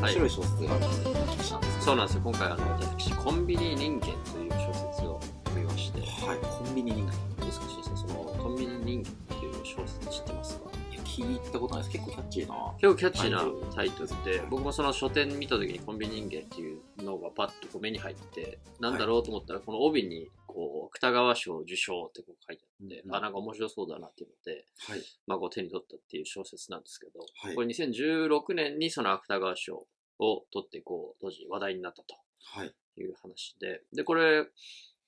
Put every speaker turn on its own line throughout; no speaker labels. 白い小説があるのでお聞きしたんですけ
そうなんですよ今回あの私「コンビニ人間」という小説を読みまして
どはいコンビニ人間
難しいですねその「コンビニ人間」っていう小説知ってますか
いや聞いたことないです結構キャッチーな
結構キャッチーなタイトルで僕もその書店見た時に「コンビニ人間」っていうのがパッとこう目に入ってなんだろうと思ったらこの帯にこう芥川賞受賞ってこう書いてあって、
うん
あなんか面白そうだなっていうので、
はい
まあ、こう手に取ったっていう小説なんですけど、
はい
これ2016年にその芥川賞を取ってこう当時話題になったと
はい
いう話で、で、これ、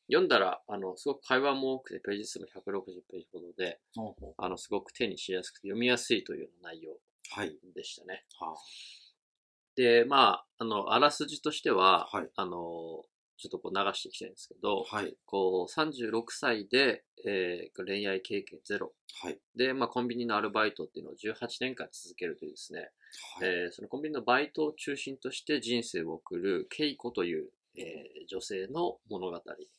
読んだら、あの、すごく会話も多くて、ページ数も160ページほどで、
ほうほう
あの、すごく手にしやすくて読みやすいというような内容
はい
でしたね。
は
で、まあ、あの、あらすじとしては、
はい
あの、ちょっとこう流していきたいんですけど、
はい
こう、36歳で、えー恋愛経験ゼロ。
はい
で、まあ、コンビニのアルバイトっていうのを18年間続けるというですね、
はい
えーそのコンビニのバイトを中心として人生を送るケイコという、えー女性の物語なんです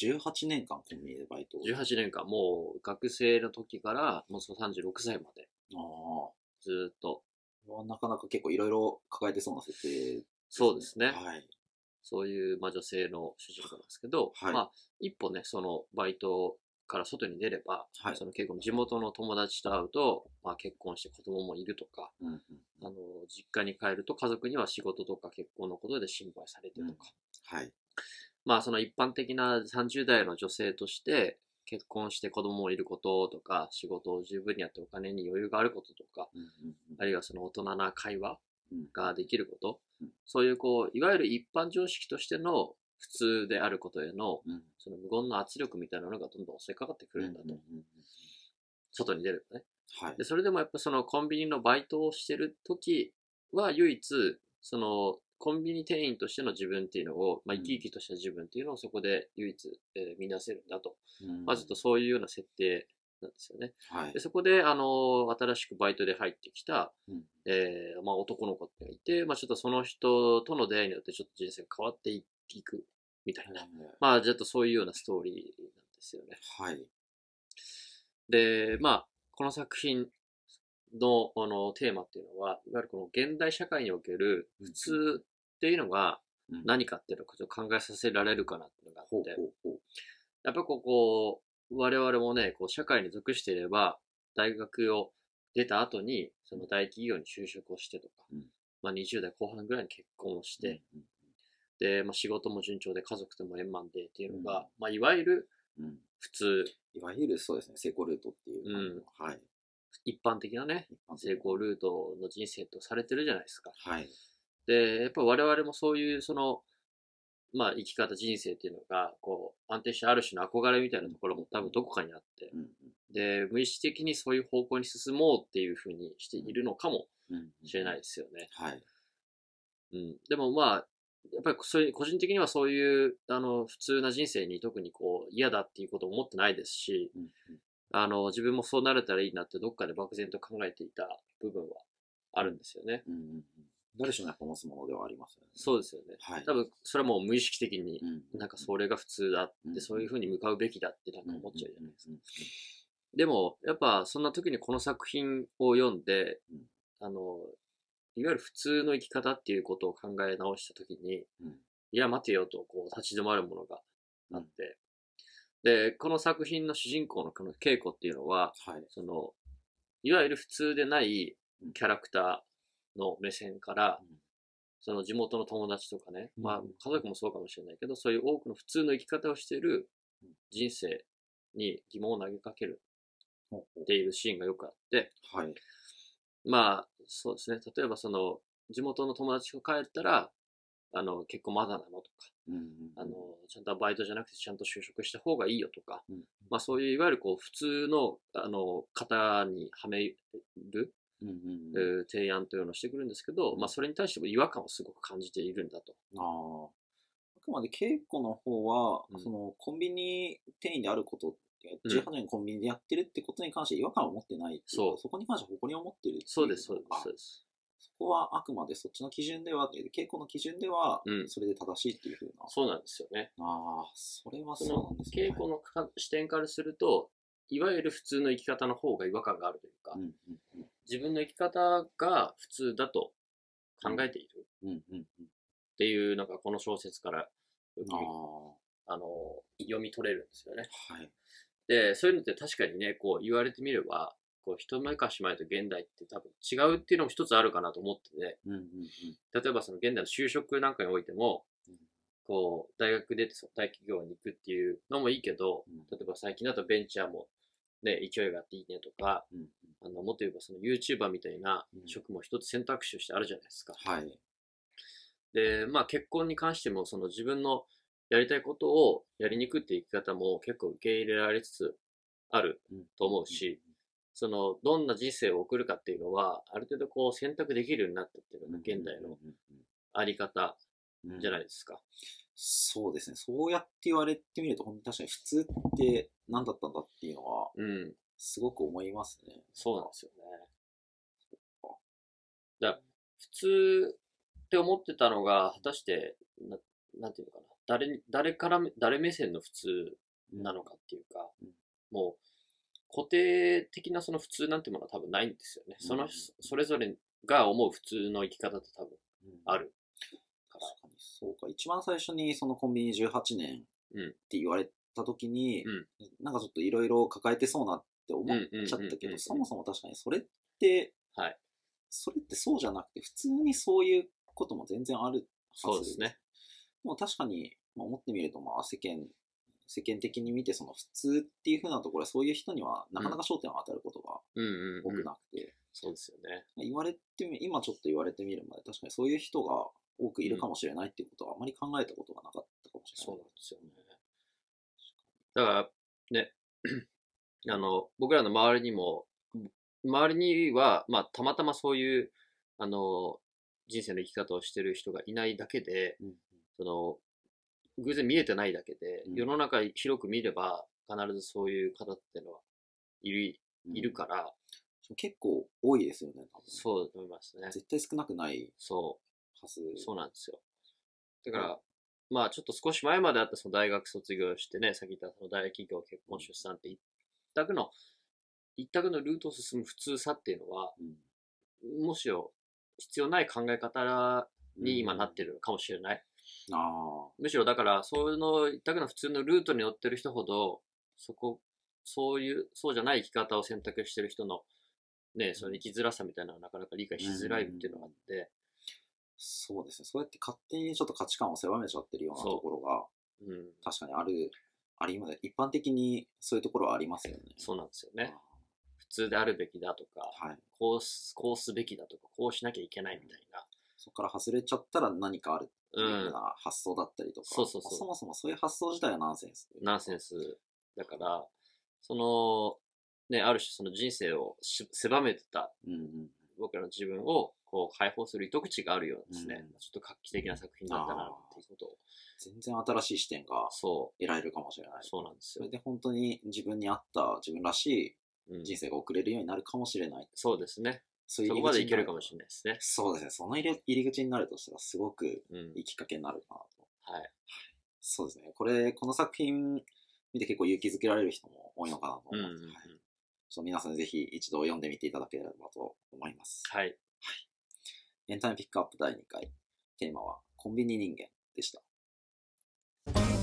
10 18年間コンビニでバイトを
18年間、もう学生の時から、もうその36歳まで、
ああ
ずーっと、
これはなかなか結構いろいろ抱えてそうな設定
そうですね、
はい
そういう、まあ、女性の主人公なんですけど、
はい
まあ、一歩ね、そのバイトから外に出れば、
はい
その結構地元の友達と会うと、まあ、結婚して子供もいるとか、
うんうん
あの、実家に帰ると家族には仕事とか結婚のことで心配されてとか、
はい
まあその一般的な30代の女性として結婚して子供をいることとか仕事を十分にやってお金に余裕があることとか
うんうんうん
あるいはその大人な会話
うん
ができること
うん
そういうこういわゆる一般常識としての普通であることへの
うん
その無言の圧力みたいなのがどんどん襲いかかってくるんだと、
うんうんうん
外に出るとね
はい
でそれでもやっぱそのコンビニのバイトをしてる時は唯一そのコンビニ店員としての自分っていうのを、まあ、
うん
生き生きとした自分っていうのをそこで唯一、えー見出せるんだと、
うん
まあ、ちょっとそういうような設定なんですよね。
はい
でそこで、あの新しくバイトで入ってきた、
うん
えーまあ、男の子っていうのがいて、まあ、ちょっとその人との出会いによってちょっと人生が変わっていくみたいな、まあ、ちょっとそういうようなストーリーなんですよね。
はい
で、まあ、この作品のあのテーマっていうのは、いわゆるこの現代社会における
普
普通っていうのが
うん
何かっていうのをちょっと考えさせられるかなっていうのがあ
ほう
って、
ほうほう
やっぱここう、我々もね、こう社会に属していれば、大学を出た後に、その大企業に就職をしてとか、
うん
まあ20代後半ぐらいに結婚をして、
うん
で、まあ仕事も順調で家族とも円満でっていうのが、
うん
まあいわゆる
うんうん
普通、
いわゆるそうですね成功ルートっていうあのはい
一般的なね、
一般的
成功ルートの人生とされてるじゃないですか。
はい
で、やっぱり我々もそういう、その、まあ、生き方、人生っていうのが、こう、安定してある種の憧れみたいなところも多分どこかにあって、
うん
で、無意識的にそういう方向に進もうっていうふうにしているのかも
うんうん
しれないですよね。
はい
うん。でもまあ、やっぱりそういう個人的にはそういう、あの、普通な人生に特にこう、嫌だっていうことを思ってないですし、
うんうん
あの、自分もそうなれたらいいなってどっかで漠然と考えていた部分はあるんですよね。
うんうんうん誰しもやっぱ持つものではありますよね
そうですよね。
はい
多分、それはもう無意識的に
うん
なんかそれが普通だって、
うん
そういうふうに向かうべきだってなん
う
か
ん
思っちゃうじゃないですか。
うんうん
でも、やっぱそんな時にこの作品を読んで
うん、
あの、いわゆる普通の生き方っていうことを考え直した時に、
うん
いや、待てよとこう立ち止まるものがあって、で、この作品の主人公のこの稽古っていうのは、
はい
その、いわゆる普通でない
うん
キャラクターの目線から、
うん
その地元の友達とかね、
うん
まあ家族もそうかもしれないけど、そういう多くの普通の生き方をしている人生に疑問を投げかける
ほうほ
っていうシーンがよくあって、
うはい
まあそうですね、例えばその地元の友達が帰ったら、あの結婚まだなのとか、
うんうん
あのちゃんとバイトじゃなくてちゃんと就職した方がいいよとか、
うん
まあそういういわゆるこう普通のあの方にはめる
うんうん
え
うん
ー提案というのをしてくるんですけど、まあ、それに対しても違和感をすごく感じているんだと。
あああくまで稽古の方は、
うん
そのコンビニ店員であること
うん
18年コンビニでやってるってことに関して違和感を持ってないってい
そう
そこに関して誇りを持ってるってい
そうです、そうで
あ
す、そうです。
そこはあくまでそっちの基準では、稽古の基準では
う、ん
それで正しいっていうふうな。
そうなんですよね。
ああ、それは
そ
そうな
の
んです
傾向のか視点からすると、いわゆる普通の生き方の方が違和感があるというか、
はいうんうんうん
自分の生き方が普通だと考えているっ
うんうんうん。
ていうのがこの小説からよく
ああ、
あの読み取れるんですよね。
はい。
で、そういうのって確かにね、こう言われてみれば、こう一昔前と現代って多分違うっていうのも一つあるかなと思ってて、
うんうん
例えばその現代の就職なんかにおいても
うん、
こう、大学出てそう大企業に行くっていうのもいいけど、
うん
例えば最近だとベンチャーもね、勢いがあっていいねとか、
うんうん。
あの、もっと言えばその YouTuber みたいな
うん
職も一つ選択肢としてあるじゃないですか。
はい。
で、まあ結婚に関してもその自分のやりたいことをやりに行くっていう生き方も結構受け入れられつつある
うん
と思うし、そのどんな人生を送るかっていうのは、ある程度こう選択できるようになったっていうのが現代のあり方じゃないいですか。
そうですね。そうやって言われてみると、本当に確かに普通って何だったんだっていうのは、
うん、
すごく思いますね。
そうなんですよね。だから普通って思ってたのが、果たして、ななんていうのかな、誰に、誰からめ、誰目線の普通なのかっていうか、
うん
もう固定的なその普通なんてものは多分ないんですよね。その、
うん
それぞれが思う普通の生き方って多分
うん
あるから。
確かにそうか。一番最初にそのコンビニ18年
うん
って言われた時に、
うん
なんかちょっといろいろ抱えてそうなって思っちゃっ
うんうん
た
うん
け
うん
ど、そもそも確かにそれって、
はい
それってそうじゃなくて、普通にそういうことも全然あるは
そ
ず
うですね。
でも確かに、まあ、思ってみると、まあ、世間、世間的に見て、その普通っていう風なところは、そういう人にはなかなか焦点を当たることが
うん
多
うん、
く
うん。
なくて、
そうですよね。
言われてみ、今ちょっと言われてみるまで、確かにそういう人が多くいるかもしれないっていうことは、あまり考えたことがなかったかもしれ
そう
ない。
なんですよね。だから、ね、 あの、僕らの周りにも、周りには、まあ、たまたまそういう、あの、人生の生き方をしてる人がいないだけで、
うんうん
その、偶然見えてないだけで、
うん
世の中広く見れば、必ずそういう方ってのはいる、
うん
いるから、
結構多いですよね、多分。
そうだと思いますね。
絶対少なくない
そう。
はず。
そうなんですよ。だから、まあちょっと少し前まであったその大学卒業してね、さっき言ったその大企業、結婚、出産って一択の、一択のルートを進む普通さっていうのは、
うん
もしよ必要ない考え方に今なってるのかもしれない。
ああ。
むしろだから、そういうの一択の普通のルートに乗ってる人ほど、そこ、そういう、そうじゃない生き方を選択してる人の、ね、その生きづらさみたいなのをなかなか理解しづらいっていうのがあって、
そうですね。そうやって勝手にちょっと価値観を狭めちゃってるような
そう
ところが、
うん、
確かにある、あります。一般的にそういうところはありますよね。
そうなんですよね。普通であるべきだとか、
はい。
こうすこうすべきだとか、こうしなきゃいけないみたいな。
そこから外れちゃったら何かあるっていう
う。
ふうんな発想だったりとか、
そうそうそう
そもそもそういう発想自体はナンセンス。
ナンセンス。だから、その、ね、ある種その人生をし狭めてた
うんうん。
僕らの自分をこう解放する糸口があるようなですね、
うん
ちょっと画期的な作品だったなっていうことを。
全然新しい視点が
そ
得られるかもしれな
う、
い。
そうなんです
そ
よ
れ。で本当に自分に合った自分らし
うん
い、人生が送れるようになるかもしれない。
そうですね。
そういう
そ
入
こ
り
ま
口
で
に
いけるか
な
もしれないですね。
そうですね。その入り入り口になるとしたらすごく
うん。
いいきっかけになるかなと。
はい。
そうですね。これ、この作品見て結構勇気づけられる人も多いのかなと
う
思
ん
い
うん
ます。
うん
はい、ちょっと皆さんぜひ一度読んでみていただければと思います。
はい。
エンタメピックアップ第2回。テーマはコンビニ人間でした。